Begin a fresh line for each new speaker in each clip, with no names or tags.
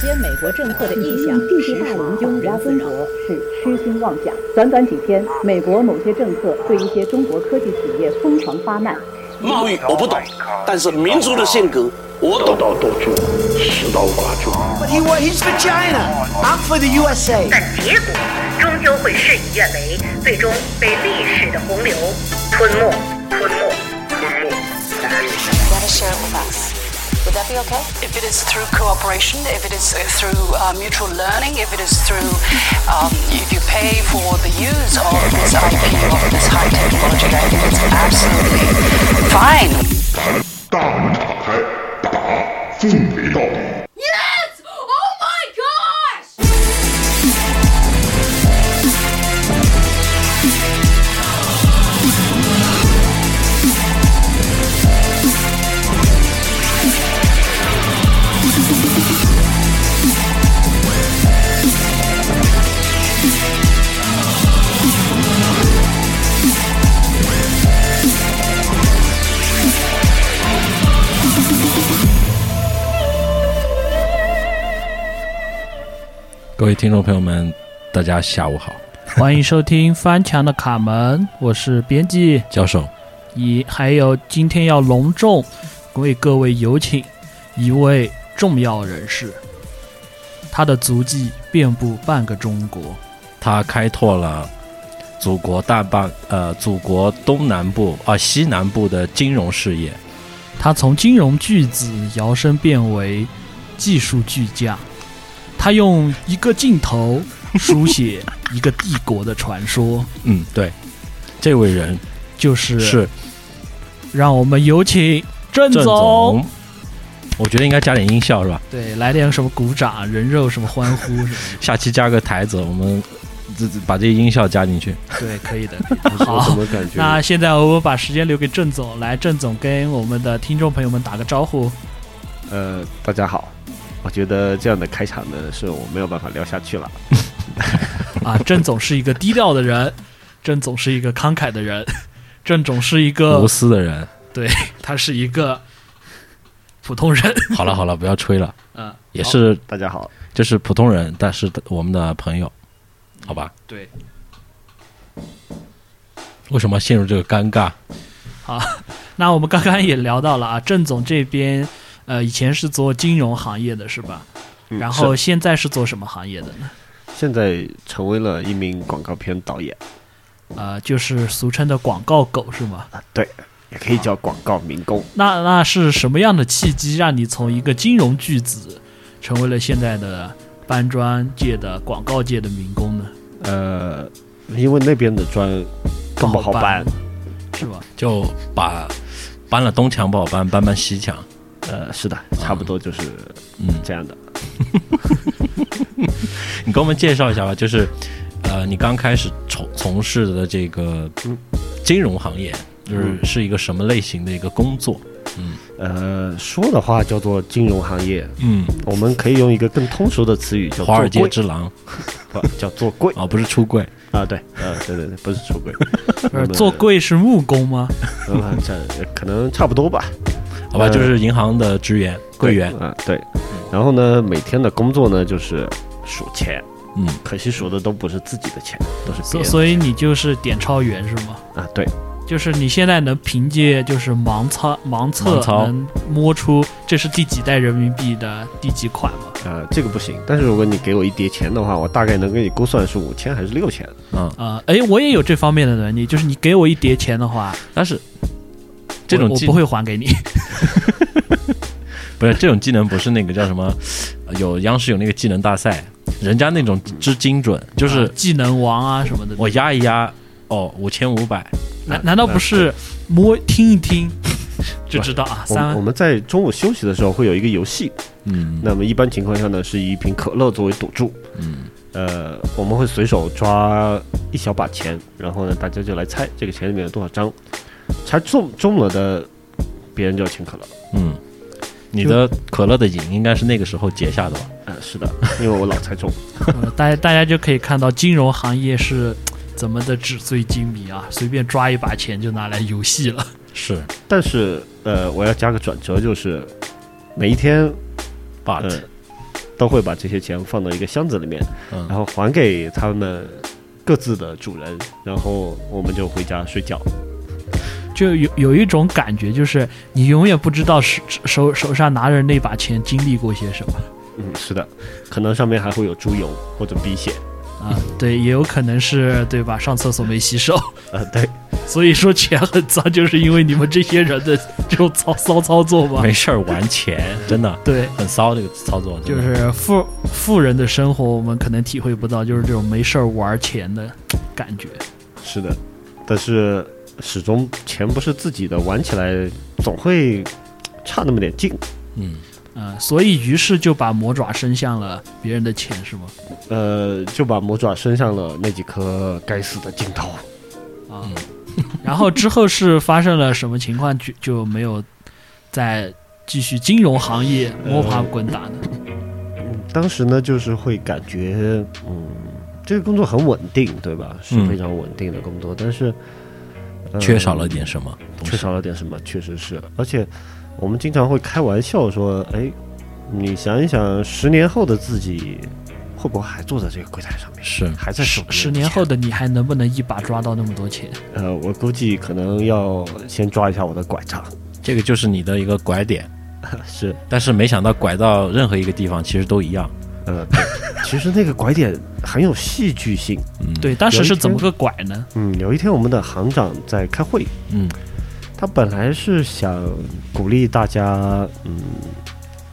些美国政客的意向
地
实
势嗯大
属
无
庸人
中国
自
中
扰。
国是痴心妄想。短短几天，美国某些政客对一些中国科技企业疯狂发难，
贸易我不懂，但是民族的性格我懂。
刀多助，持刀寡助。
But he wa- he's for China. I'm for the USA.
但结果终究会事与愿违，最终被历史的洪流吞没、吞没、吞没。
Let us share it with us. Would that be okay? If it is through cooperation, if it is uh, through uh, mutual learning, if it is through um, if you pay for the use of this IP, of this high technology, I think it's absolutely fine.
大门敞开，打，奉陪到底。
Yes! Oh my gosh!
各位听众朋友们，大家下午好，
欢迎收听翻墙的卡门，我是编辑
教授。
以，还有今天要隆重为各位有请一位重要人士，他的足迹遍布半个中国。
他开拓了祖国大半呃祖国东南部啊、西南部的金融事业，
他从金融巨子摇身变为技术巨匠，他用一个镜头书写一个帝国的传说，
嗯，对，这位人
就是
是
让我们有请郑
郑
总。
总，我觉得应该加点音效是吧？
对，来点什么鼓掌、人肉、什么欢呼什么的，
下期加个台子，我们这这把这音效加进去。
对，可 以的。好，
感
那现在我们把时间留给郑总，来，郑总跟我们的听众朋友们打个招呼。
呃，大家好，我觉得这样的开场呢，是我没有办法聊下去了。
啊，郑总是一个低调的人，郑总是一个慷慨的人，郑总是一个
无私的人，
对他是一个普通人，
好了好了，不要吹了，
嗯，
也是
大家好，
就是普通人，但是我们的朋友，好吧？
对，
为什么陷入这个尴尬？
好。那我们刚刚也聊到了啊，郑总这边呃以前是做金融行业的是吧？
嗯
然后
是
现在是做什么行业的呢？
现在成为了一名广告片导演，
呃，就是俗称的广告狗是吗？
对，也可以叫广告民工。
那那是什么样的契机让你从一个金融巨子，成为了现在的搬砖界的广告界的民工呢？
呃，因为那边的砖更不
好
好搬，
是吧？
就把搬了东墙不好搬，搬搬西墙。
呃，是的，差不多就是
嗯
这样的。
你给我们介绍一下吧，就是呃，你刚开始从从事的这个金融行业，就是
嗯
是一个什么类型的一个工作？
呃，说的话叫做金融行业，
嗯，
我们可以用一个更通俗的词语叫
华尔
做
街
柜
之狼
不 叫做柜
啊，不是出柜，
啊，对，呃，对对对，不是 出柜，
不是呃做柜是木工吗？
嗯，这可能差不多吧，
好吧，
呃
就是银行的职员、柜员。
啊，对。然后呢，每天的工作呢就是数钱，
嗯，
可惜数的都不是自己的钱，都是
所
啊
别人的
所以你就是点钞员是吗？
啊，对，
就是你现在能凭借就是盲操盲测
盲操
能摸出这是第几代人民币的第几款吗？
呃，这个不行。但是如果你给我一叠钱的话，我大概能给你估算是五千还是六千。
嗯
啊、哎，我也有这方面的能力，就是你给我一叠钱的话，
但是这种
我我
技
不会还给你。
不是这种技能，不是那个叫什么？呃有央视有那个技能大赛，人家那种之精准，就是
啊技能王啊什么的。
我压一压，哦，五千五百，
难难道不是摸听一 听就知道啊？
我
三
们我们在中午休息的时候会有一个游戏，
嗯，
那么一般情况下呢是以一瓶可乐作为赌注，嗯，呃，我们会随手抓一小把钱，然后呢大家就来猜这个钱里面有多少张，猜中中了的，别人就要请可乐。
嗯，你的可乐的瘾应该是那个时候结下的吧？
嗯，是的，因为我老猜中。
呃大家大家就可以看到金融行业是怎么的纸醉金迷啊，随便抓一把钱就拿来游戏了。
是
但是呃，我要加个转折，就是每一天
，but、
呃，都会把这些钱放到一个箱子里面，
嗯
然后还给他们各自的主人，然后我们就回家睡觉。
就有有一种感觉，就是你永远不知道手手手上拿着那把钱经历过些什么
嗯，是的，可能上面还会有猪油或者鼻血。
啊。对，也有可能是对吧？上厕所没洗手，
呃，对，
所以说钱很脏，就是因为你们这些人的这种操骚操作嘛。
没事儿玩 钱，真的
对，
很骚这个操作，真
就
的
是富富人的生活，我们可能体会不到，就是这种没事儿玩钱的感觉。
是的，但是始终钱不是自己的，玩起来总会差那么点劲。
嗯，
呃，所以于是就把魔爪伸向了别人的钱，是吗？
呃，就把魔爪伸向了那几颗该死的镜头。
啊，然后之后是发生了什么情况就就没有再继续金融行业摸爬滚打呢？
当时呢，就是会感觉，嗯，这个工作很稳定，对吧？是
嗯
非常稳定的工作，但是、呃
缺少了点什么，
缺少了点什么，确实是。而且我们经常会开玩笑说，哎，你想一想，十年后的自己会不会还坐在这个柜台上面，
是
还在数
十十年后？的你还能不能一把抓到那么多钱？
呃，我估计可能要先抓一下我的拐杖。
这个就是你的一个拐点，
是，
但是没想到拐到任何一个地方其实都一样，
呃，对其实那个拐点很有戏剧性。
嗯，，
对，当时是怎么个拐呢？
嗯，有一天我们的行长在开会，
嗯
他本来是想鼓励大家，嗯，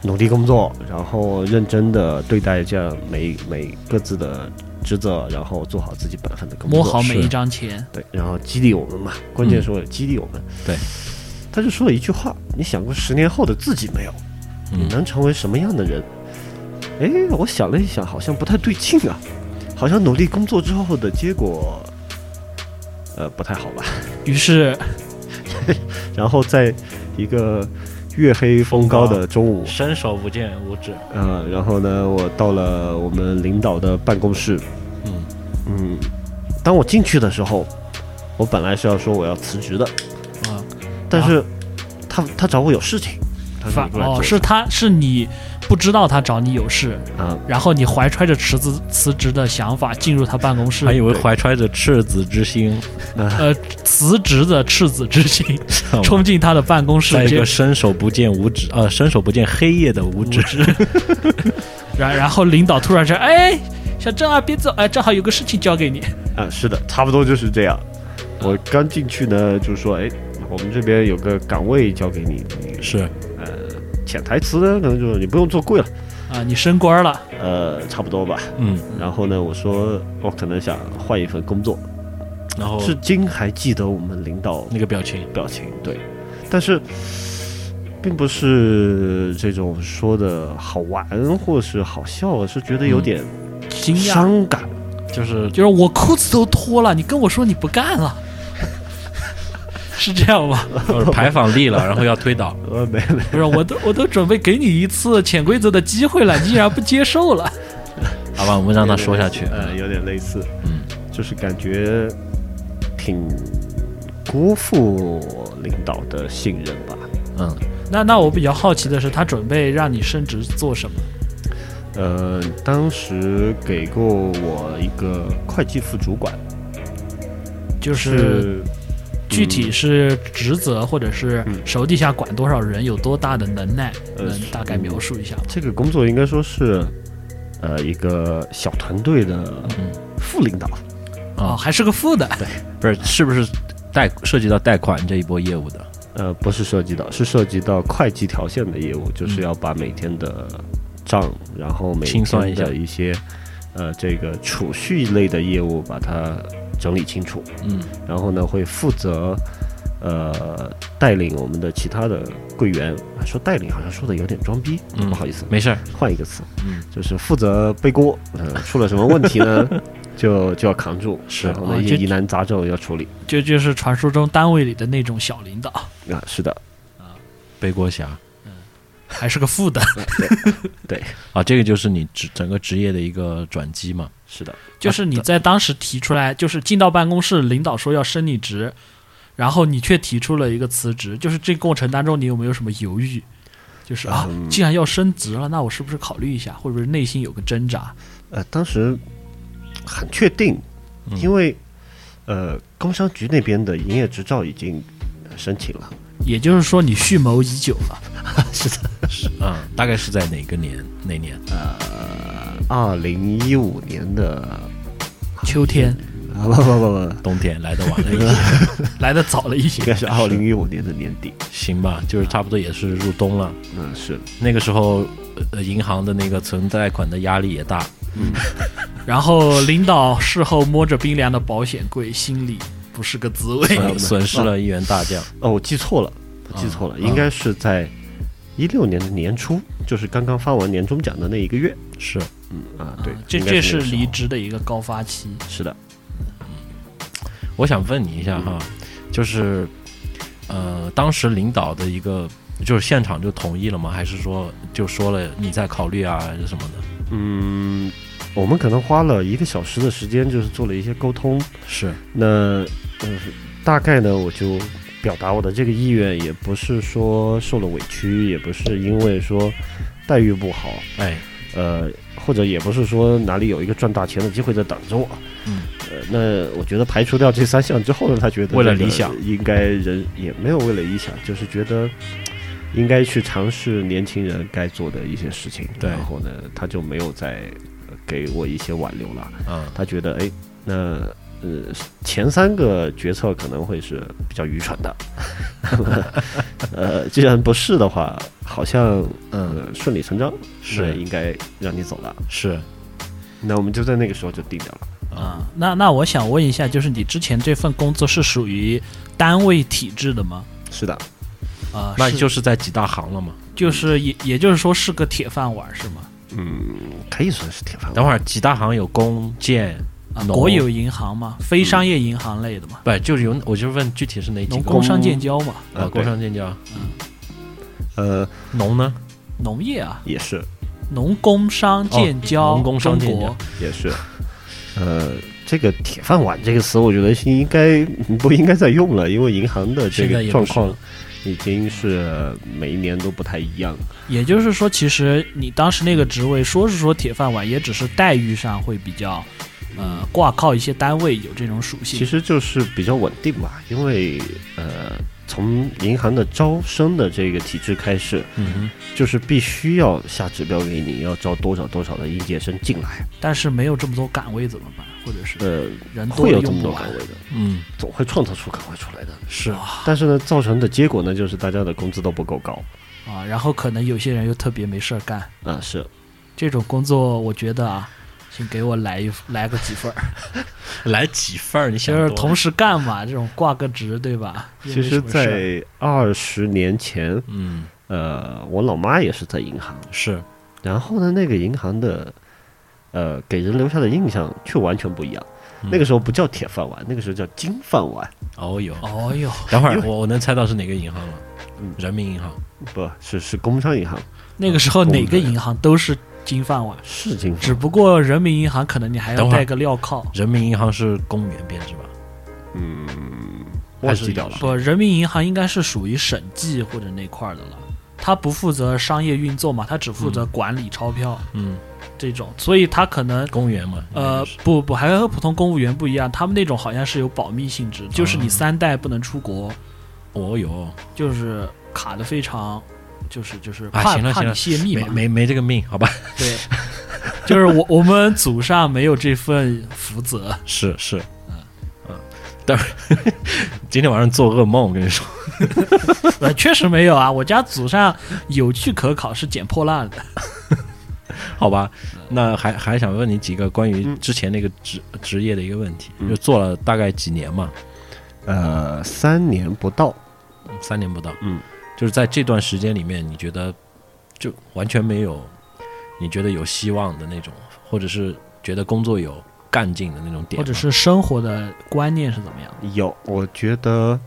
努力工作，然后认真的对待这样每每各自的职责，然后做好自己本分的工作，
摸好每
是
一张钱，
对，然后激励我们嘛，关键说激励我们。
对，
他就说了一句话：“你想过十年后的自己没有？你能成为什么样的人？”哎，我想了一想，好像不太对劲啊，好像努力工作之后的结果，呃，不太好吧。
于是
然后在一个月黑风高的中午，
伸手不见五指，
呃，然后呢，我到了我们领导的办公室，
嗯
嗯，当我进去的时候，我本来是要说我要辞职的，
啊，
但是他他找我有事情，他说
反
你过来
哦，
坐
是他是你不知道他找你有事，
啊，
然后你怀揣着辞职辞职的想法进入他办公室，
还以为怀揣着赤子之心，
呃辞职的赤子之 心冲进他的办公室，
哦在一
结
个伸手不见五 指，呃，伸手不见黑夜的五指，
然然后领导突然说：“哎，小郑啊，别走，哎，正好有个事情交给你。
啊，是的，差不多就是这
啊
样。我刚进去呢，就说哎，我们这边有个岗位交给你，你
是
潜台词呢，可能就是你不用做柜了，”
啊，你升官了，
呃，差不多吧。
嗯，
然后呢，我说我可能想换一份工作，
然
哦
后
至今还记得我们领导
那个表情，
表情，对，但是并不是这种说的好玩或是好笑，而是觉得有点
嗯惊讶，
伤感。
就是
就是我裤子都脱了，你跟我说你不干了， 是这样吗？
就是牌坊立 了，然后要推倒，
呃，没没，
不是，我都我都准备给你一次潜规则的机会了，你竟然不接受了。
好吧，我们让他说下 去，
呃，有点类似，
嗯，
就是感觉挺辜负领导的信任吧。
嗯，
那那我比较好奇的是，他准备让你升职做什么？
呃，当时给过我一个会计副主管，
就是
是
具
嗯
体是职责，或者是手底下管多少人，有多大的能耐，
呃啊
能大概描述一下吗？
这个工作应该说是，呃，一个小团队的
嗯
副领导。
哦，还是个副的，
不是，是不是贷涉及到贷款这一波业务的？
呃，不是涉及到，是涉及到会计条线的业务，就是要把每天的账，然后
嗯
每
清算一
天
下
的一些，呃，这个储蓄类的业务把它整理清楚，
嗯，
然后呢会负责，呃，带领我们的其他的柜员，啊说带领好像说的有点装逼，
嗯
不好意思，
没事儿，
换一个词，
嗯，
就是负责背锅，呃，出了什么问题呢， 就就要扛住，
是
然后呢
啊
一
就
疑难杂症要处理，
就就是传说中单位里的那种小领导，
啊，是的，
背锅侠
还是个副 的，
对，
啊，这个就是你职整个职业的一个转机嘛。
是的，
就是你在当时提出来，就是进到办公室，领导说要升你职，然后你却提出了一个辞职，就是这个过程当中你有没有什么犹豫？就是啊，
嗯
既然要升职了，那我是不是考虑一下，会不会内心有个挣扎？
呃，当时很确定，
嗯
因为呃，工商局那边的营业执照已经呃申请了，
也就是说，你蓄谋已久了。
是的，
是嗯，大概是在哪个年？哪年？
二零一五年的
秋天
啊不不不不，
冬天来的晚了一些，
来的早了一些
应，该是二零一五年的年底，
行吧，就是差不多也是入冬了。
嗯是，
那个时候，呃，银行的那个存贷款的压力也大，
然后领导事后摸着冰凉的保险柜，心里不是个滋 味。
呃损失了一员大将。
哦我记错了，我记
啊
错了，应该是在一六年的年初，就是刚刚发完年终奖的那一个月，
是，
啊对，
这
应该
这
是
是
那个时候
离职的一个高发期。
是的，
我想问你一下哈，就是，呃，当时领导的一个，就是现场就同意了吗？还是说就说了你在考虑啊，还是什么的？
嗯，我们可能花了一个小时的时间，就是做了一些沟通。
是，
那呃，大概呢，我就表达我的这个意愿，也不是说受了委屈，也不是因为说待遇不好，
哎，
呃，或者也不是说哪里有一个赚大钱的机会在等着我。
嗯，
呃，那我觉得排除掉这三项之后呢，他觉得
为了
这个
理想
应该人也没有为了理想，就是觉得。应该去尝试年轻人该做的一些事情，
对
然后呢，他就没有再呃给我一些挽留了。
嗯，
他觉得，哎，那呃，前三个决策可能会是比较愚蠢的， 呃，既然不是的话，好像呃顺理成章
是
那应该让你走了。
是，
那我们就在那个时候就定掉了。
啊，那那我想问一下，就是你之前这份工作是属于单位体制的吗？
是的，
啊，
那
是
就是在几大行了嘛。
就是也也就是说是个铁饭碗是吗？
可以算是铁饭碗。
等会儿几大行有工建、
啊，
农嗯
国有银行嘛，非商业银行类的嘛，
不就是有？我就问具体是哪几
农
个？
工商建交嘛，
啊
啊，工商建交。
呃，
农呢？
农业啊，
也是，
农工商建交，
哦农工商建交
中国
也是， 呃。这个“铁饭碗”这个词，我觉得是应该不应该再用了，因为银行的这
现在
个
也
状
不是
况已经是每一年都不太一样。
也就是说，其实你当时那个职位说是说铁饭碗，也只是待遇上会比较，呃，挂靠一些单位有这种属性。
其实就是比较稳定吧，因为呃，从银行的招生的这个体制开始，
嗯
就是必须要下指标给你，要招多少多少的应届生进来，
但是没有这么多岗位怎么办？或者是
呃，
人多
会
了
有这
用
么
不
多
完
岗位的，
哼，嗯，
总会创造出岗位出来的。
是
但是呢，造成的结果呢，就是大家的工资都不够高
啊，然后可能有些人又特别没事儿干，
啊，是
这种工作我觉得啊，请给我来一来个几份 儿，
来几份儿？你
就
想
是
多
呃同时干嘛，这种挂个职对吧？也
其
没什
实，
么事儿
在二十年前，
嗯
呃，我老妈也是在银行，
是
然后呢，那个银行的，呃，给人留下的印象却完全不一样。那个时候不叫铁饭碗，那个时候叫金饭碗，
哦哟。
哦 哟，
等会儿我我能猜到是哪个银行了
嗯？
人民银行。
不是是工商银行，
那个时候哪个银行都是金饭碗，
是金
只
饭
不过人民银行可能你还
等
要
会儿
带个镣铐。
人民银行是公务员编制吧？
碗，忘记掉了。
不，人民银行应该是属于审计或者那块儿的了，它不负责商业运作嘛，它只负责管理钞票
嗯，
这种，所以它可能
公务员嘛。应该
呃
就是
不不，还和普通公务员不一样，他们那种好像是有保密性质，就是你三代不能出国，
哦哟，
就是卡的非常。就是就是
啊
怕
行了
怕
行
你
了
泄密
没
嘛，
没没这个命，好吧？
对， 就是我我们祖上没有这份福泽，
是是，嗯嗯，但是 今天晚上做噩梦，我跟你说，
呃，确实没有啊，我家祖上有据可考，是捡破烂的。
好吧？那还还想问你几个关于之前那个职职业的一个问题，就做了大概几年嘛？
呃，三年不到，
三年不到，
嗯，
就是在这段时间里面，你觉得就完全没有你觉得有希望的那种，或者是觉得工作有干劲的那种点
或
吗，
者是生活的观念是怎么样的？
有我觉得，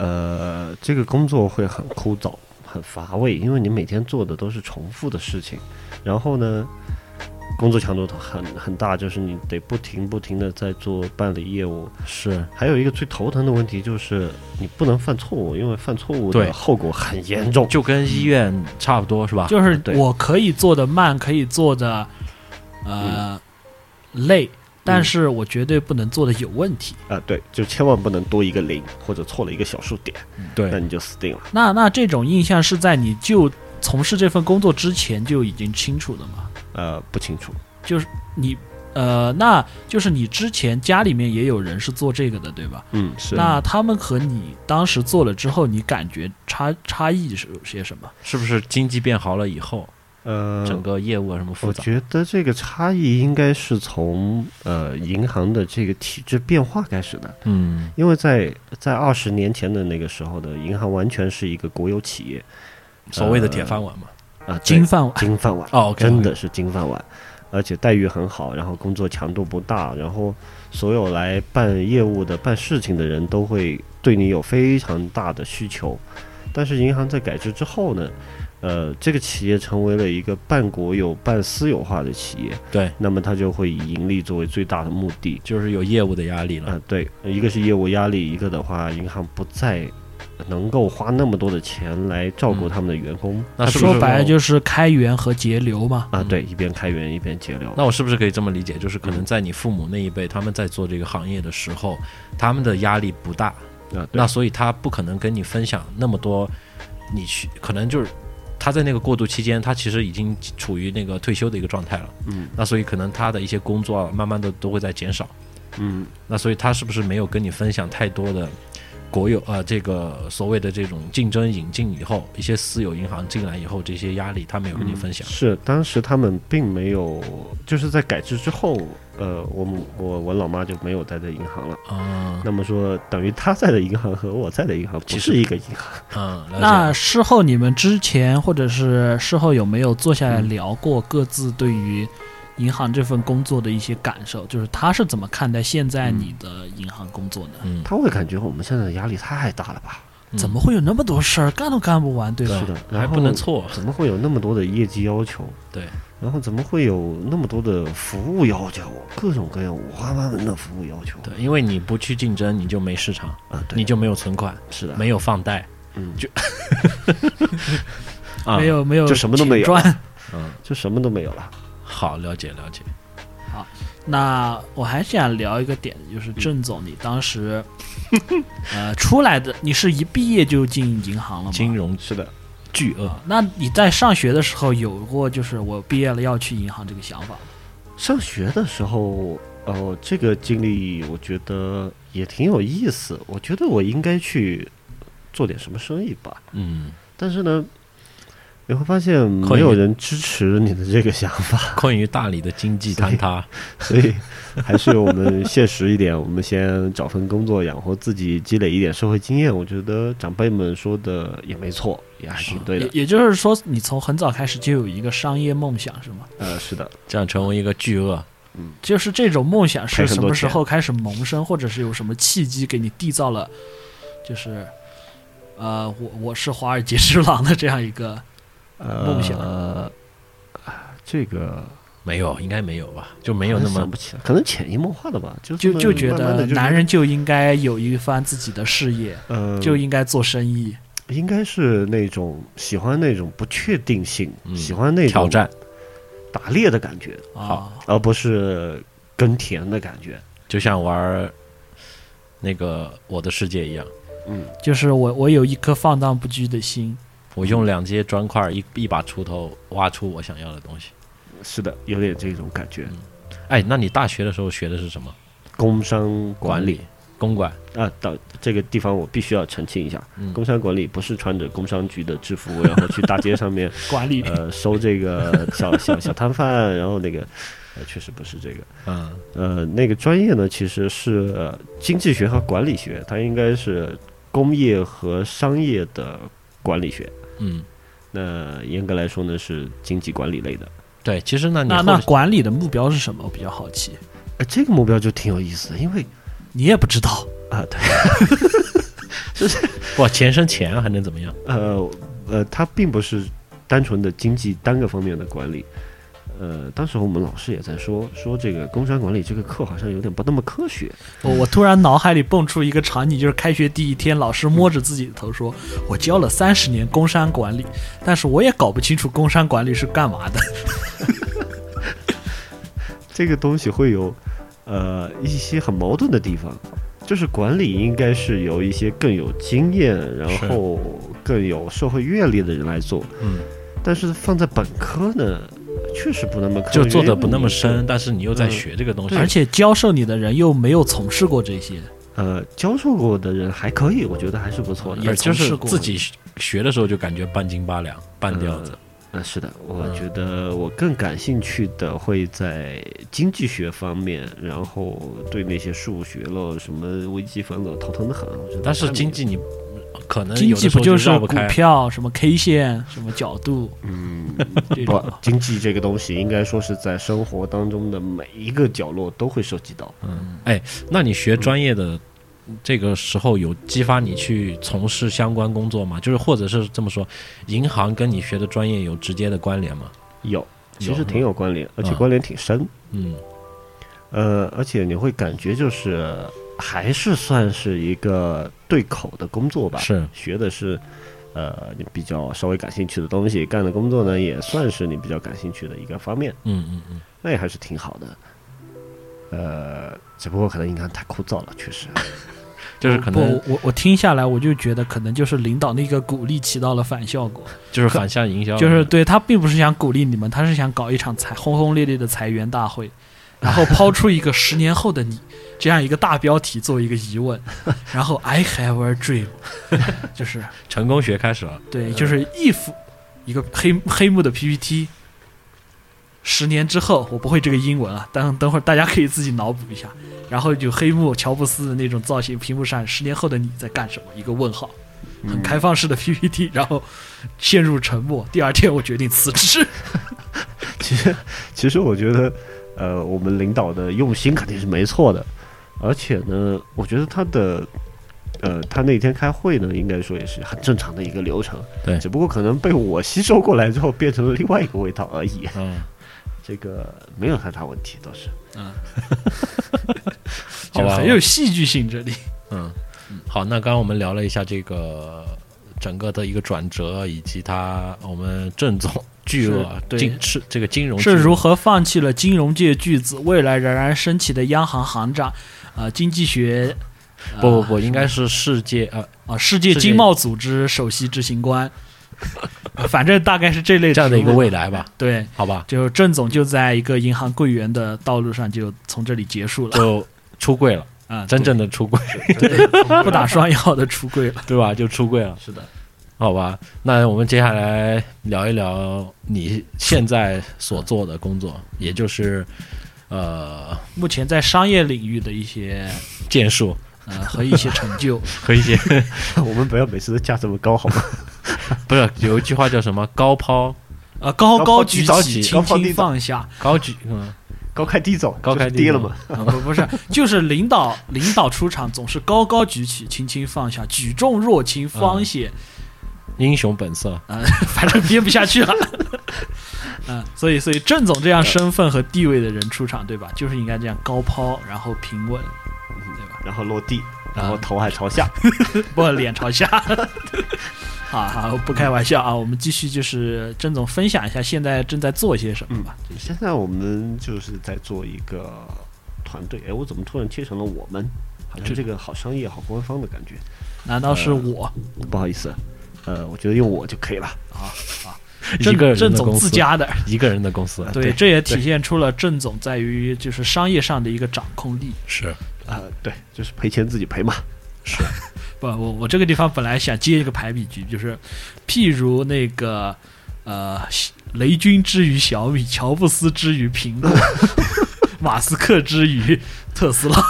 呃，这个工作会很枯燥、很乏味，因为你每天做的都是重复的事情。然后呢，工作强度很很大，就是你得不停不停的在做办理业务。
是，
还有一个最头疼的问题就是你不能犯错误，因为犯错误
对
的后果很严重。
就跟医院差不多是吧？
就是
对
我可以做的慢，可以做的呃、累，但是我绝对不能做的有问题。
啊、对，就千万不能多一个零或者错了一个小数点，那
对
你就死定了。
那那这种印象是在你就从事这份工作之前就已经清楚的吗？
呃，不清楚，
你呃，那就是你之前家里面也有人是做这个的，对吧？
嗯，是
那他们和你当时做了之后，你感觉差差异是有些什么？
是不是经济变好了以后，
呃，
整个业务啊什么复
我
杂？
觉得这个差异应该是从呃银行的这个体制变化开始的，
嗯
因为在在二十年前的那个时候的银行完全是一个国有企业呃
所谓的铁饭碗嘛。
啊，对
金饭碗
金饭碗
哦，OK，
真的是金饭碗，而且待遇很好，然后工作强度不大，然后所有来办业务的、办事情的人都会对你有非常大的需求。但是银行在改制之后呢，呃，这个企业成为了一个半国有、半私有化的企业，
对，
那么它就会以盈利作为最大的目的。
就是有业务的压力了。
啊，对，一个是业务压力，一个的话，银行不再能够花那么多的钱来照
嗯
顾他们的员工。
那是不是
说白了
我
就是开源和节流嘛。
啊，对，一边开源一边节流。
嗯
啊
那我是不是可以这么理解？就是可能在你父母那一辈，他们在做这个行业的时候，他们的压力不大，
啊，对
那所以他不可能跟你分享那么多，你去可能就是他在那个过渡期间，他其实已经处于那个退休的一个状态了。
嗯，
那所以可能他的一些工作啊慢慢的都会在减少。
嗯，
那所以他是不是没有跟你分享太多的国有呃这个所谓的这种竞争引进以后，一些私有银行进来以后这些压力，他没有跟你分享。
嗯是当时他们并没有，就是在改制之后，呃，我母我我老妈就没有待在银行了。
啊
那么说，等于她在的银行和我在的银行不
其
是
实
一个银行。
嗯，了解
那
了
事后你们之前或者是事后有没有坐下
嗯
来聊过各自对于银行这份工作的一些感受？就是他是怎么看待现在你的银行工作呢？
嗯，
她会感觉我们现在的压力太大了吧？
嗯
怎么会有那么多事儿，干都干不完，对吧？
是的，然
还
后
不能错。
怎么会有那么多的业绩要求？
对，
然后怎么会有那么多的服务要求？各种各样五花八门的服务要求。
对，因为你不去竞争，你就没市场，
啊，对，
你就没有存款，
是的，
没有放贷，
嗯
就啊，
没有没有，
就什么都没有
赚。
就什么都没有了。
好了解了解，
那我还想聊一个点，就是郑总，你当时
嗯
呃出来的，你是一毕业就进银行了吗？哦
金融是的，巨
嗯
鳄
那你在上学的时候有过就是我毕业了要去银行这个想法吗？
上学的时候，呃，这个经历我觉得也挺有意思。我觉得我应该去做点什么生意吧，
嗯，
但是呢，你会发现没有人支持你的这个想 法，
困于大理的经济坍塌，
所以还是我们现实一点，我们先找份工作养活自己，积累一点社会经验。我觉得长辈们说的也没错，也还挺对的。
也也就是说，你从很早开始就有一个商业梦想，是吗？
呃，是的，
这样成为一个巨鳄，
就是这种梦想
赔
是
很
什
多
么时
钱
候开始萌生，或者是有什么契机给你缔造了，就是，呃，我我是华尔街之狼的这样一个 梦想？
呃，这个
没有，应该没有吧，就没有
好
那
像
么
想不起来，可能潜移默化的吧，就
就
这么
就觉
慢慢
得
地就
男人就应该有一番自己的事业，
呃
就应该做生意。
应该是那种喜欢那种不确定性，
嗯
喜欢那种
挑战，哦
打猎的感觉，
啊，
而不是耕田的感觉。
就像玩儿那个我的世界一样，
嗯，
就是我我有一颗放荡不羁的心，
我用两节砖块儿一一把锄头挖出我想要的东西。
是的，有点这种感觉。
哎，那你大学的时候学的是什么？
工商管理、
公管，
啊，到这个地方我必须要澄清一下，
嗯
工商管理不是穿着工商局的制服，然后去大街上面
管理
呃收这个小小小摊贩，然后那个呃确实不是这个。
嗯，
呃，那个专业呢，其实是、呃经济学和管理学，它应该是工业和商业的管理学。
嗯，
那严格来说呢，是经济管理类的。
对，其实那你
那
后
那管理的目标是什么？我比较好奇，
呃，这个目标就挺有意思的，因为
你也不知道。
啊、对，
哇，钱生钱还能怎么样？
呃呃，它并不是单纯的经济单个方面的管理，呃，当时我们老师也在说说这个工商管理这个课好像有点不那么科学，
我我突然脑海里蹦出一个场景，就是开学第一天，老师摸着自己的头说：“我教了三十年工商管理，但是我也搞不清楚工商管理是干嘛的。
这个东西会有呃一些很矛盾的地方，就是管理应该是由一些更有经验，然
是
后更有社会阅历的人来做，
嗯，
但是放在本科呢，确实不那么科学
就做的不那么
因为
深，
你
但是你又在
嗯
学这个东西，
而且教授你的人又没有从事过这些，
呃教授过的人还可以，我觉得还是不错的，
而就
从事
是
过
自己学的时候就感觉半斤八两、半吊子。
嗯
呃，是的，我觉得我更感兴趣的会在经济学方面，然后对那些数学了、什么微积分了，头疼的很。我觉得
但是
太没
经济你可能
经
呃有的
济
时
不
候就
就是
绕
股
开，
票什么 K 线什么角度？
嗯，
这
不
种，
经济这个东西应该说是在生活当中的每一个角落都会涉及到。
那你学专业的这个时候有激发你去从事相关工作吗？就是或者是这么说，银行跟你学的专业有直接的关联吗？
有，其
有
实
是
挺有关联，而且
嗯
关联挺深。
嗯，
呃，而且你会感觉就是还是算是一个对口的工作吧，
是
学的是呃你比较稍微感兴趣的东西，干的工作呢也算是你比较感兴趣的一个方面，
嗯嗯嗯，
那也还是挺好的。呃，只不过可能银行太枯燥了，确实。
就是可
不，
能
我我我听下来，我就觉得可能就是领导那个鼓励起到了反效果，
就是反向营销，
就是对他并不是想鼓励你们，他是想搞一场裁轰轰烈烈的裁员大会，然后抛出一个十年后的你这样一个大标题作为一个疑问， 然后 I have a dream，就是
成功学开始了。
对，就是 if 一个黑黑幕的 PPT。十年之后，我不会这个英文啊，等等会儿大家可以自己脑补一下。然后就黑幕乔布斯的那种造型，屏幕上十年后的你在干什么？一个问号，很开放式的 PPT，、然后陷入沉默。第二天我决定辞职。
其实，其实我觉得，呃，我们领导的用心肯定是没错的，而且呢，我觉得他的，呃，他那天开会呢，应该说也是很正常的一个流程，
对
只不过可能被我吸收过来之后，变成了另外一个味道而已，
嗯，
这个没有太大问题，倒是。
好
就
吧
很有戏剧性。这里
嗯，好，那刚刚我们聊了一下这个整个的一个转折，以及他我们郑总 巨鳄
是对
金是这个金融
是
巨鳄
如何放弃了金融界巨子，未来冉冉升起的央行行长，呃，经济学，呃
不不不，应该啊是世界呃，
啊，世界经贸组织首席执行官， 呃反正大概是这类
这样的一个
职务
未来吧，
对。
好吧，
就郑总就在一个银行柜员的道路上，就从这里结束了
就出柜了，
啊，
真正的出 柜，
对不打双腰的出柜了。
对吧？就出柜了，
是的，
好吧。那我们接下来聊一聊你现在所做的工作，也就是呃
目前在商业领域的一些
剑术
呃和一些成就，
和一些
我们不要每次都架这么高，好吗？
不是有一句话叫什么高抛
呃，高
高
高
抛
举
低着
起，
急
轻
高抛低
轻
着
放下。
高举嗯。
高开低走，
高开
就是
低
低了
走
嘛。
啊不不是，就是领导领导出场总是高高举起，轻轻放下，举重若
嗯
轻方歇。
英雄本色，
呃， 反正憋不下去了。 嗯，所以所以郑总这样身份和地位的人出场，对吧？就是应该这样高抛，然后平稳，
然后落地，然后
啊
头还朝下。
不脸朝下。好好，不开玩笑啊！我们继续，就是郑总分享一下现在正在做些什么吧。
嗯
现在我们就是在做一个团队，哎，我怎么突然切成了我们？好像这个好商业、好官方的感觉。
难道
呃
是我
不好意思，呃，我觉得用我就可以了。
一个
郑
人
郑
的
总
公
自
司，
家 的？
一个人的公司，
对，这也体现出了郑总在于就是商业上的一个掌控力。
是
呃，对，就是赔钱自己赔嘛。
不，我我这个地方本来想接一个排比句，就是譬如那个呃，雷军之于小米，乔布斯之于苹果， 马斯克之于特斯
呃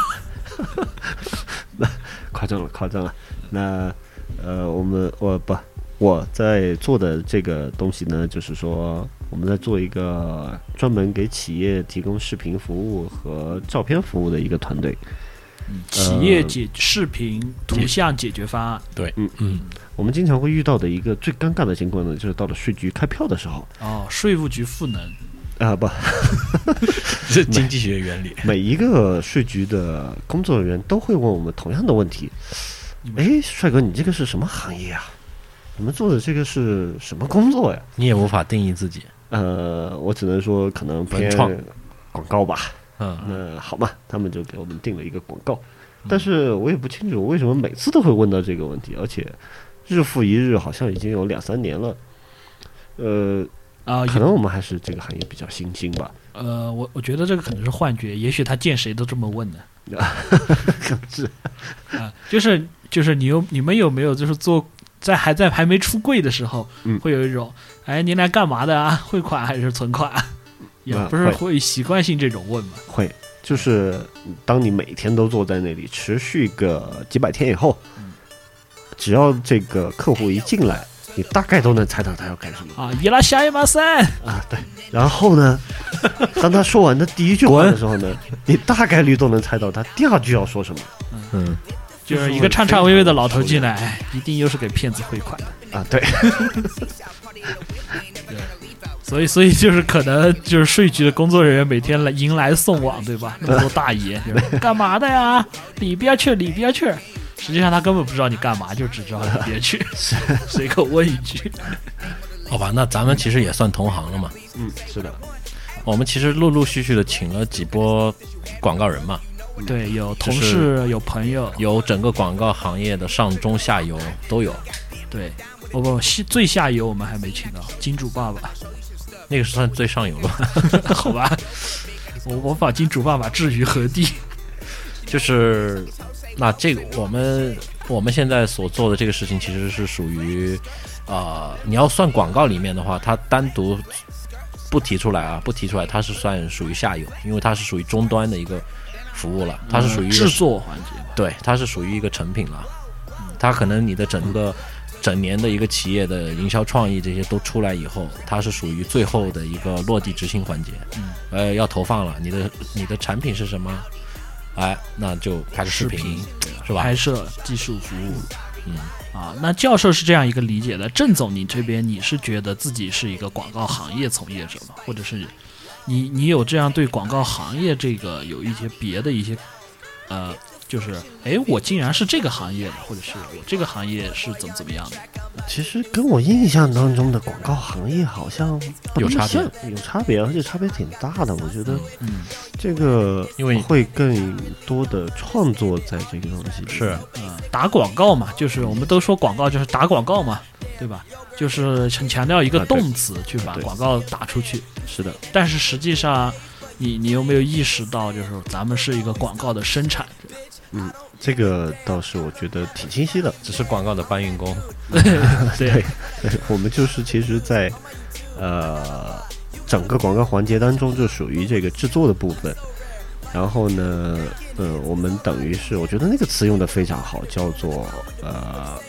拉。
夸张了，夸张了。那呃，我们我不我在做的这个东西呢，就是说我们在做一个专门给企业提供视频服务和照片服务的一个团队。
企业解视频图像解决方案
对，
我们经常会遇到的一个最尴尬的情况呢，就是到了税局开票的时候，
哦，税务局赋能
啊不，
这经济学原 理。
每一个税局的工作人员都会问我们同样的问题：，
嗯
哎，帅哥，你这个是什么行业啊？你们做的这个是什么工作呀？
你也无法定义自己。
呃，我只能说可能
文
偏
创
广告吧。
嗯
那好嘛，他们就给我们定了一个广告，但是我也不清楚为什么每次都会问到这个问题，而且日复一日，好像已经有两三年了。呃，
啊，
可能我们还是这个行业比较新兴吧，
呃，我我觉得这个可能是幻觉，也许他见谁都这么问呢。
是
啊，就是就是你有你们有没有就是做在还在还没出柜的时候，
嗯
会有一种哎您来干嘛的啊？汇款还是存款？也
啊
不是
会
会习惯性这种问嘛？
会，就是当你每天都坐在那里持续个几百天以后，只要这个客户一进来，你大概都能猜到他要干什么
啊，伊拉下一马三，
啊。对，然后呢，当他说完的第一句话的时候呢，你大概率都能猜到他第二句要说什么
嗯，
就是一个颤颤巍巍的老头进来，哎一定又是给骗子汇款的。
啊。对，
所以，所以就是可能就是税局的工作人员每天来迎来送往，对吧？那么多大爷，就是干嘛的呀？里边去，里边去。实际上他根本不知道你干嘛，就只知道里边去，随口问一句。
好吧，那咱们其实也算同行了嘛。
嗯，是的，
我们其实陆陆续续的请了几波广告人嘛，
对，有同
嗯就
事，有朋友，
有整个广告行业的上中下游都有。
对，哦不，西最下游我们还没请到金主爸 爸，
那个是算最上游了吧，
好吧？我我把金主爸爸置于何 地？
就是那这个我们我们现在所做的这个事情，其实是属于呃，你要算广告里面的话，它单独不提出来啊，不提出来，它是算属于下游，因为它是属于终端的一个服务了，它是属于一个
嗯制作环节吧。
对，它是属于一个成品了，它可能你的整个整年的一个企业的营销创意这些都出来以后，它是属于最后的一个落地执行环节，呃，要投放了，你的你的产品是什么？哎，那就拍个视频，啊是吧？
拍摄技术服务。嗯，啊，那教授是这样一个理解的。郑总，你这边你是觉得自己是一个广告行业从业者吗？或者是你你有这样对广告行业这个有一些别的一些呃，就是哎，我竟然是这个行业的，或者是我这个行业是怎么怎么样的？
其实跟我印象当中的广告行业好像不
有
那么
差别
像，有差别，而且差别挺大的。我觉得
嗯，
这个
因为
会更多的创作在这个东西里
是
面
打广告嘛，就是我们都说广告就是打广告嘛，对吧？就是很强调一个
啊对
动词去把
对
广告打出去。
是的，
但是实际上，你你有没有意识到，就是咱们是一个广告的生产者？
这个倒是我觉得挺清晰的。
只是广告的搬运工，
对，
我们就是其实在，呃整个广告环节当中，就属于这个制作的部分。然后呢，呃，我们等于是，我觉得那个词用的非常好，叫做呃，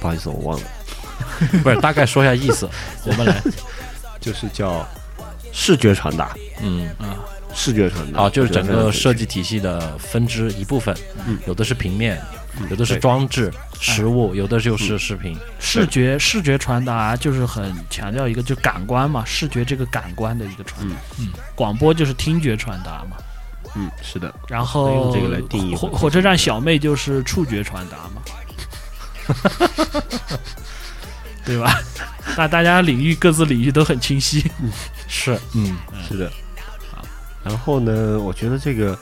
不好意思，我忘了，
不是？大概说一下意思， 我们来，
就是叫视觉传达，
嗯，
视觉传达。
好，啊就是整个嗯设
设
计体系的分支一部分，有的是平面，有的是装置、实物，有的就是视频，
视觉视觉传达就是很强调一个就感官嘛，视觉这个感官的一个传达。嗯，广播就是听觉传达嘛，
嗯，是的，
然
可以
后
用这个来定义
火
吧
火车站小妹就是触觉传达嘛， 对吧？那大家领域各自领域都很清晰。
是，嗯，
是的。然后呢，我觉得这个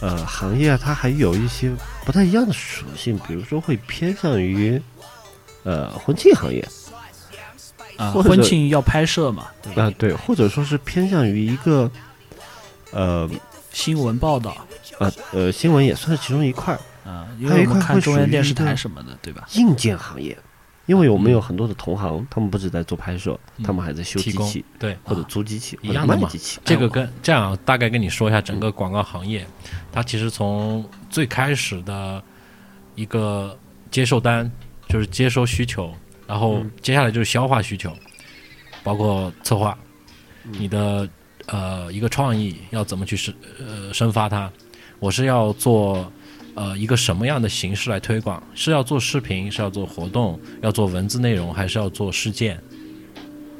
呃行业它还有一些不太一样的属性，比如说会偏向于呃婚庆行业
啊，
或者
婚庆要拍摄嘛，对
嗯
吧？
啊、对，或者说是偏向于一个呃
新闻报道。
呃呃新闻也算是其中一块
啊，因
还有
为
一
我们
块
看
会
中
属
央
于
电
一
视
个
台什么的，对吧？
硬件行业，因为我们有很多的同行，他们不止在做拍摄，他们还在
嗯
修
提
机
供
器
对
或者租机器
啊一
或者
样的
卖
嘛
机器，哎
这个跟这样大概跟你说一下整个广告行业，它其实从最开始的一个接受单，就是接收需求，然后接下来就是消化需求，包括策划，你的呃一个创意要怎么去深呃深发它，我是要做。呃，一个什么样的形式来推广？是要做视频，是要做活动，要做文字内容，还是要做事件？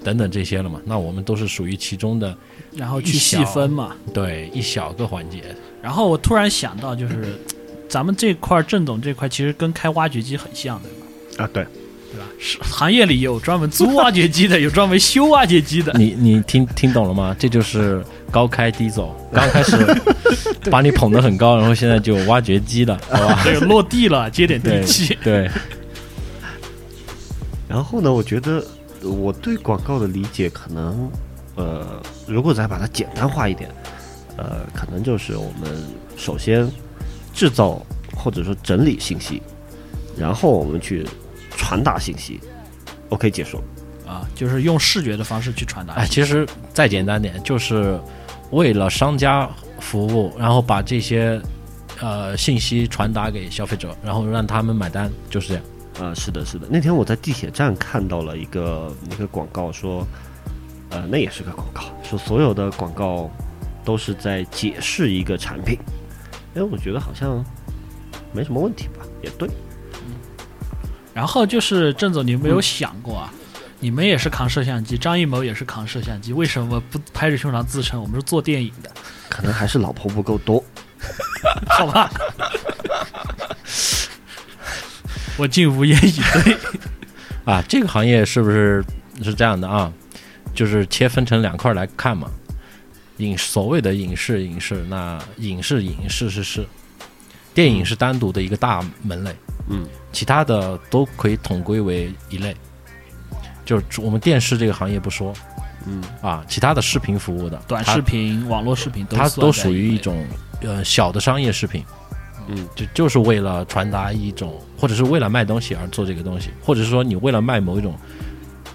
等等这些了嘛。那我们都是属于其中的，
然后去细分嘛。
对，一小个环节。
然后我突然想到，就是咱们这块儿郑总这块其实跟开挖掘机很像的，
啊，对，
对吧？是行业里有专门租挖掘机的，有专门修挖掘机的。
你你听听懂了吗？这就是高开低 走。刚开始把你捧得很高，然后现在就 挖掘机了，好
啊
吧？
对，落地了，接点地
对
气。
对，
然后呢，我觉得呃我对广告的理解可能，呃，如果再把它简单化一点，呃，可能就是我们首先制造或者说整理信息，然后我们去传达信息。OK，结束。
啊，就是用视觉的方式去传达。
哎，其实再简单点，就是为了商家服务，然后把这些呃信息传达给消费者，然后让他们买单，就是这样。
呃，是的，是的。那天我在地铁站看到了一个一个广告，说，呃，那也是个广告，说所有的广告都是在解释一个产品。哎，我觉得好像没什么问题吧，也对。
然后就是郑总，你有没
嗯
有想过啊？你们也是扛摄像机，张艺谋也是扛摄像机，为什么不拍着胸膛自称我们是做电影的？
可能还是老婆不够多。
好吧？ 我竟无言以对。
啊，这个行业是不是是这样的啊？就是切分成两块来看嘛。影所谓的影视影视，那影视影视是是，电影是单独的一个大门类，
嗯，
其他的都可以统归为一类。就是我们电视这个行业不说
嗯
啊，其他的视频服务的
短
它
视频、网络视频都
它
算
都
在
属于
内
一种呃小的商业视频，
嗯，
就就是为了传达一种，或者是为了卖东西而做这个东西，或者是说你为了卖某一种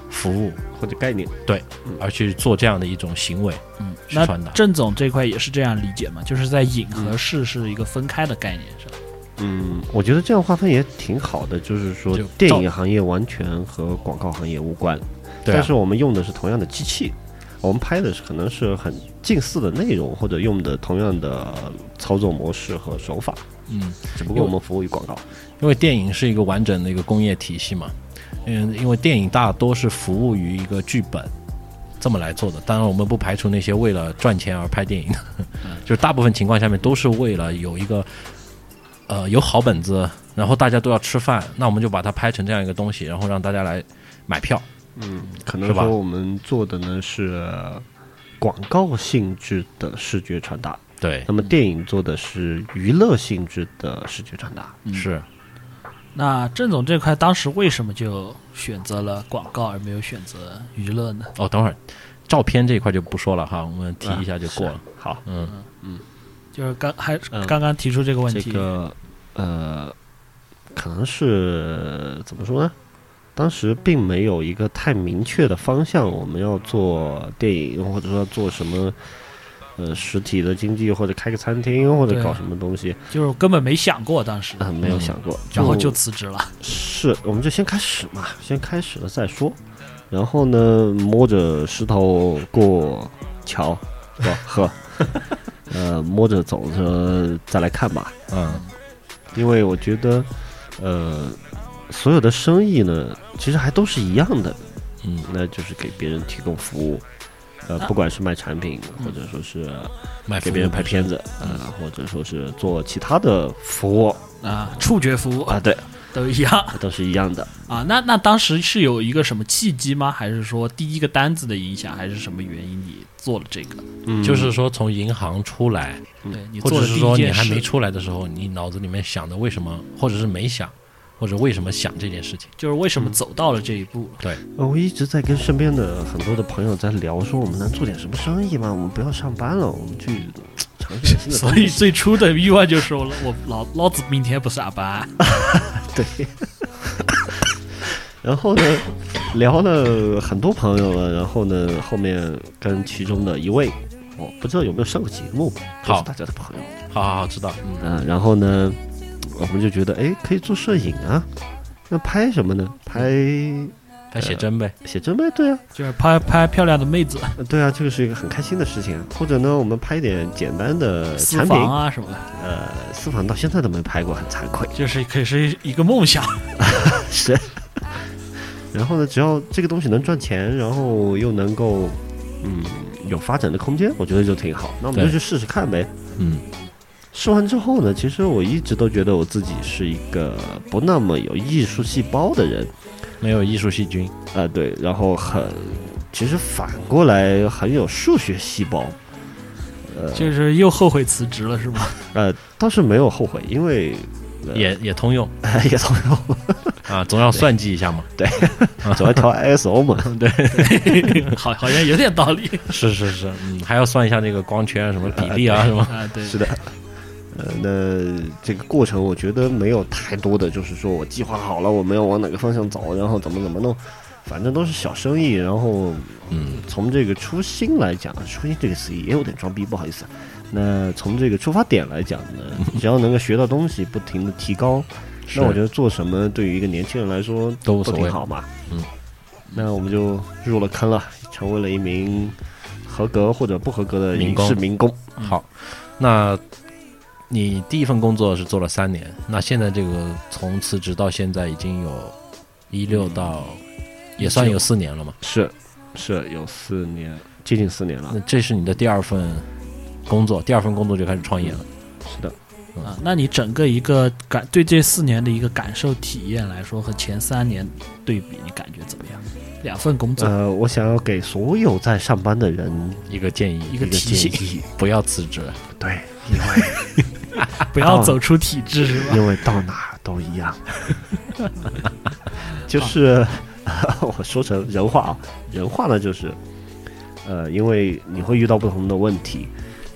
服务
或者概念，
而去做这样的一种行为，嗯，去
那
传达。嗯
郑总这块也是这样理解嘛？就是在影和视是一个分开的概念，是吧？
嗯，我觉得这样划分也挺好的，就是说
就
电
照
影行业完全和广告行业无关，
对啊
但是我们用的是同样的机器，我们拍的是可能是很近似的内容，或者用的同样的操作模式和手法，
嗯，
只不过我们服务于广告。
因为电影是一个完整的一个工业体系嘛，嗯，因为电影大多是服务于一个剧本这么来做的。当然，我们不排除那些为了赚钱而拍电影的，
嗯
就是大部分情况下面都是为了有一个呃有好本子，然后大家都要吃饭，那我们就把它拍成这样一个东西，然后让大家来买票。
嗯，可能
是吧
说我们做的呢是广告性质的视觉传达，
对
那，么电影做的是娱乐性质的视觉传达。
是
那郑总这块当时为什么就选择了广告而没有选择娱乐呢？
哦，等会儿照片这一块就不说了哈，我们提一下就过了。
啊好，
嗯，
就是刚还是
嗯
刚刚提出这个问
这
题，
个呃，可能是怎么说呢？当时并没有一个太明确的方向，我们要做电影，或者说做什么，呃，实体的经济，或者开个餐厅，或者
对
搞什么东西，
就是根本没想过当时，
啊、没有想过。
然后就辞职了。
是，我们就先开始嘛，先开始了再说。然后呢，摸着石头过桥，不呵， 呃，摸着走着再来看吧。
嗯，
因为我觉得，呃，所有的生意呢，其实还都是一样的，
嗯，
那就是给别人提供服务，呃，不管是卖产品，或者说是
买
给别人拍片子，呃，或者说是做其他的服务
啊，触觉服务
啊，对，
都一样
都是一样的。
啊。那那当时是有一个什么契机吗？还是说第一个单子的影响，还是什么原因你做了这个？
嗯
就是说从银行出来。
对你
或
做的
者是
第
说
一
你
件
还没
事，
出来的时候，你脑子里面想的为什么，或者是没想，或者为什么想这件事情？
就是为什
嗯
么走到了这一步？
呃我一直在跟身边的很多的朋友在聊，说我们能做点什么生意吗？我们不要上班了，我们去尝试点新的东
所
西。
以最初的欲望就是我我老老子明天不上班，
对。然后呢，聊了很多朋友了，然后呢，后面跟其中的一位，我不知道有没有上过节目，都
好
是大家的朋友，
好好好，知道，嗯，
嗯、然后呢，我们就觉得，哎，可以做摄影啊，那拍什么呢？拍
他写真呗，
写真呗，对啊，
就是拍拍漂亮的妹子、
呃对啊，这个是一个很开心的事情啊。或者呢，我们拍一点简单的
私
呃产品，
房啊什么的，
呃，私房到现在都没拍过，很惭愧。
就是可以是一个梦想。
是。 然后呢，只要这个东西能赚钱，然后又能够嗯有发展的空间，我觉得就挺好。那我们就
对
去试试看呗。
嗯，
试完之后呢，其实我一直都觉得我自己是一个不那么有艺术细胞的人，
没有艺术细菌，
啊，对，然后很，其实反过来很有数学细胞，
就是又后悔辞职了是吗？
呃，倒是没有后悔，因为、 呃、
也也通 用
也同 样
啊，总要算计一下嘛。 啊
主要调 ISO 嘛，对，
好，好像有点道理
是是是，嗯，还要算一下那个光圈什么比例 啊什么。
啊。对，
是的。呃，那这个过程我觉得没有太多的，就是说我计划好了，我们要往哪个方向走，然后怎么怎么弄，反正都是小生意。然后，嗯，从这个初心来讲，初心这个词也有点装逼，不好意思。那从这个出发点来讲 呢，只要能够学到东西，不停的提高，
是
那我觉得做什么对于一个年轻人来说
都无
都
所
挺
谓
好嘛。
嗯，
那我们就入了坑了，成为了一名合格或者不合格的
民
影
工
视民工。
好，那你第一份工作是做了三年，那现在这个从辞职到现在已经有一六到、也算有四年了嘛？
是，是有四年，接近四年了
那。这是你的第二份工作，第二份工作就开始创业了。
是的，
啊，那你整个一个感对这四年的一个感受体验来说，和前三年对比，你感觉怎么样？两份工作，
呃，我想要给所有在上班的人
一个建议，
一
一
个提
建
醒
议，不要辞职。
对，因为
不要走出体制是吧？
因为到哪儿都一样， 就是、 我说成人话啊，人话呢就是，呃，因为你会遇到不同的问题。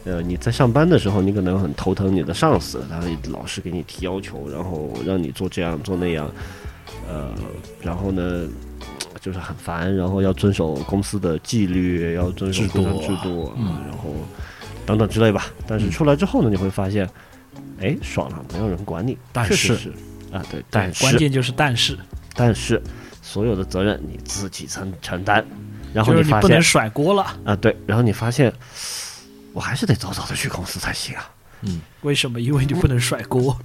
呃，你在上班的时候，你可能很头疼你的上司，他会老是给你提要求，然后让你做这样做那样，呃，然后呢，就是很烦，然后要遵守公司的纪律，要遵守
制
工
度
作制度，啊，然后等等之类吧。但是出来之后呢，你会发现，哎，爽了，没有人管你，
但
确实
是
啊，对，但
关
是
键就是但是，
但是所有的责任你自己承承担，然后
就是
发
不
现
能甩锅了。
啊，对，然后你发现我还是得早早的去公司才行啊。
为什么？因为你不能甩 锅。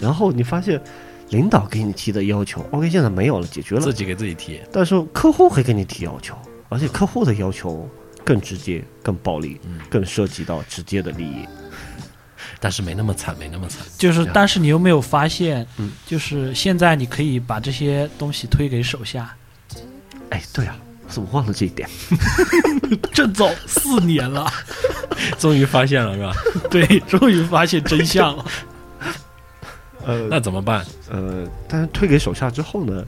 然后你发现领导给你提的要求，OK，现在没有了，解决了
自，己给自己提，
但是客户会给你提要求，而且客户的要求更直接、更暴力、更涉及到直接的利益。
但是没那么惨，没那么惨。
就是，但是你有没有发现，
嗯
就是现在你可以把这些东西推给手下。
哎，对啊，我怎么忘了这一点？
正走四年了，
终于发现了是吧？
对，终于发现真相了。
那怎么办？
呃，但是推给手下之后呢，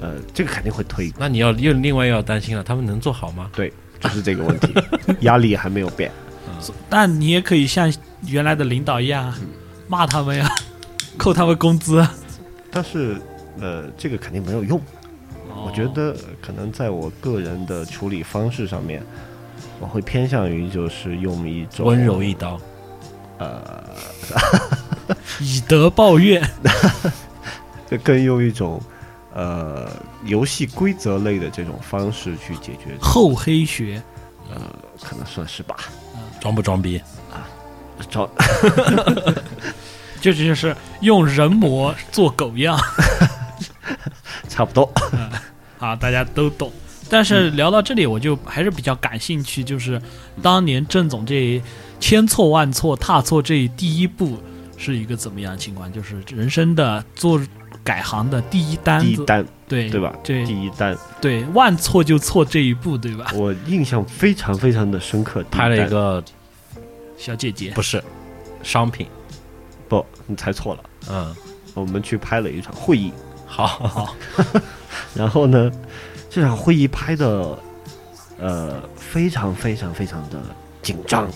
呃，这个肯定会推，
那你要又另外又要担心了，他们能做好吗？
对，就是这个问题， 压力还没有变。
但你也可以像原来的领导一样，骂他们呀， 扣他们工资啊。
但是呃，这个肯定没有用。我觉得呃可能在我个人的处理方式上面，我会偏向于就是用一种呃
温柔一刀，
以德报怨，
就更用一种呃游戏规则类的这种方式去解决，
厚黑学。
可能算是吧。
装不装逼？
找
就这就是用人模做狗样
差不多，
啊，大家都懂。但是聊到这里，我就还是比较感兴趣，就是当年郑总这千错万错踏错这第一步是一个怎么样的情况？就是人生的做改行的第一单
第一
子，
单
对
对吧？
对
第一单，
对，万错就错这一步，对吧？
我印象非常非常的深刻。第
拍了一
单
个
小姐姐
不是商品，
不，你猜错了，
嗯，
我们去拍了一场会议，
好，
然后呢，这场会议拍的呃非常非常非常的紧张。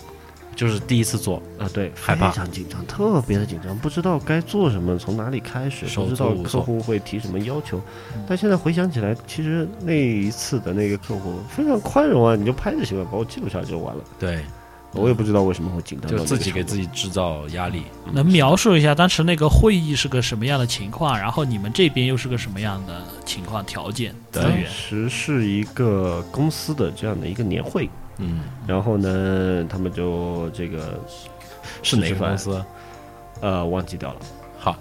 就是第一次做，
啊，对，
害怕
非常紧张，特别的紧张，不知道该做什么，从哪里开始，
手
不
足
知道
无
客
措嗯
户会提什么要求。但现在回想起来，其实那一次的那个客户非常宽容啊，你就拍就行了，把我记录下来就完了。
对，
我也不知道为什么会紧张
嗯就
到那个程度，
自己给自己制造压力。
能描述一下当时那个会议是个什么样的情况，然后你们这边又是个什么样的情况条件资
当
源？
时是一个公司的这样的一个年会，
嗯，
然后呢，他们就这个
是哪
吃
个
饭
公司？
呃忘记掉了，
好，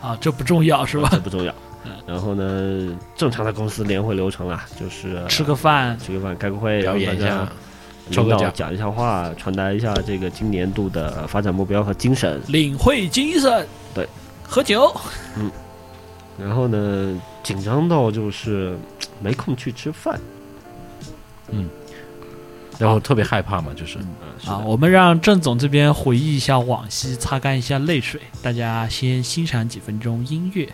啊，这不重要是吧？
这不重要。
嗯
然后呢，正常的公司年会流程啦，就是
吃个饭，
吃个饭，开个会，
表演一
然
下
后大家，
抽个
领导
奖，
讲一下话，传达一下这个今年度的发展目标和精神。
领会精神，
对，
喝酒，
然后呢，紧张到就是嘖没空去吃饭。
然后特别害怕嘛，就是
是的
啊，我们让郑总这边回忆一下往昔，擦干一下泪水。大家先欣赏几分钟音乐。